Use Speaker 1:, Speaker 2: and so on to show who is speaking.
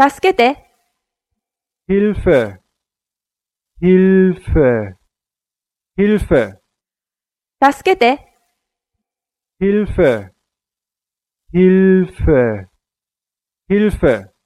Speaker 1: 助けて
Speaker 2: Hilfe, Hilfe, Hilfe,
Speaker 1: 助けて
Speaker 2: Hilfe, Hilfe, Hilfe.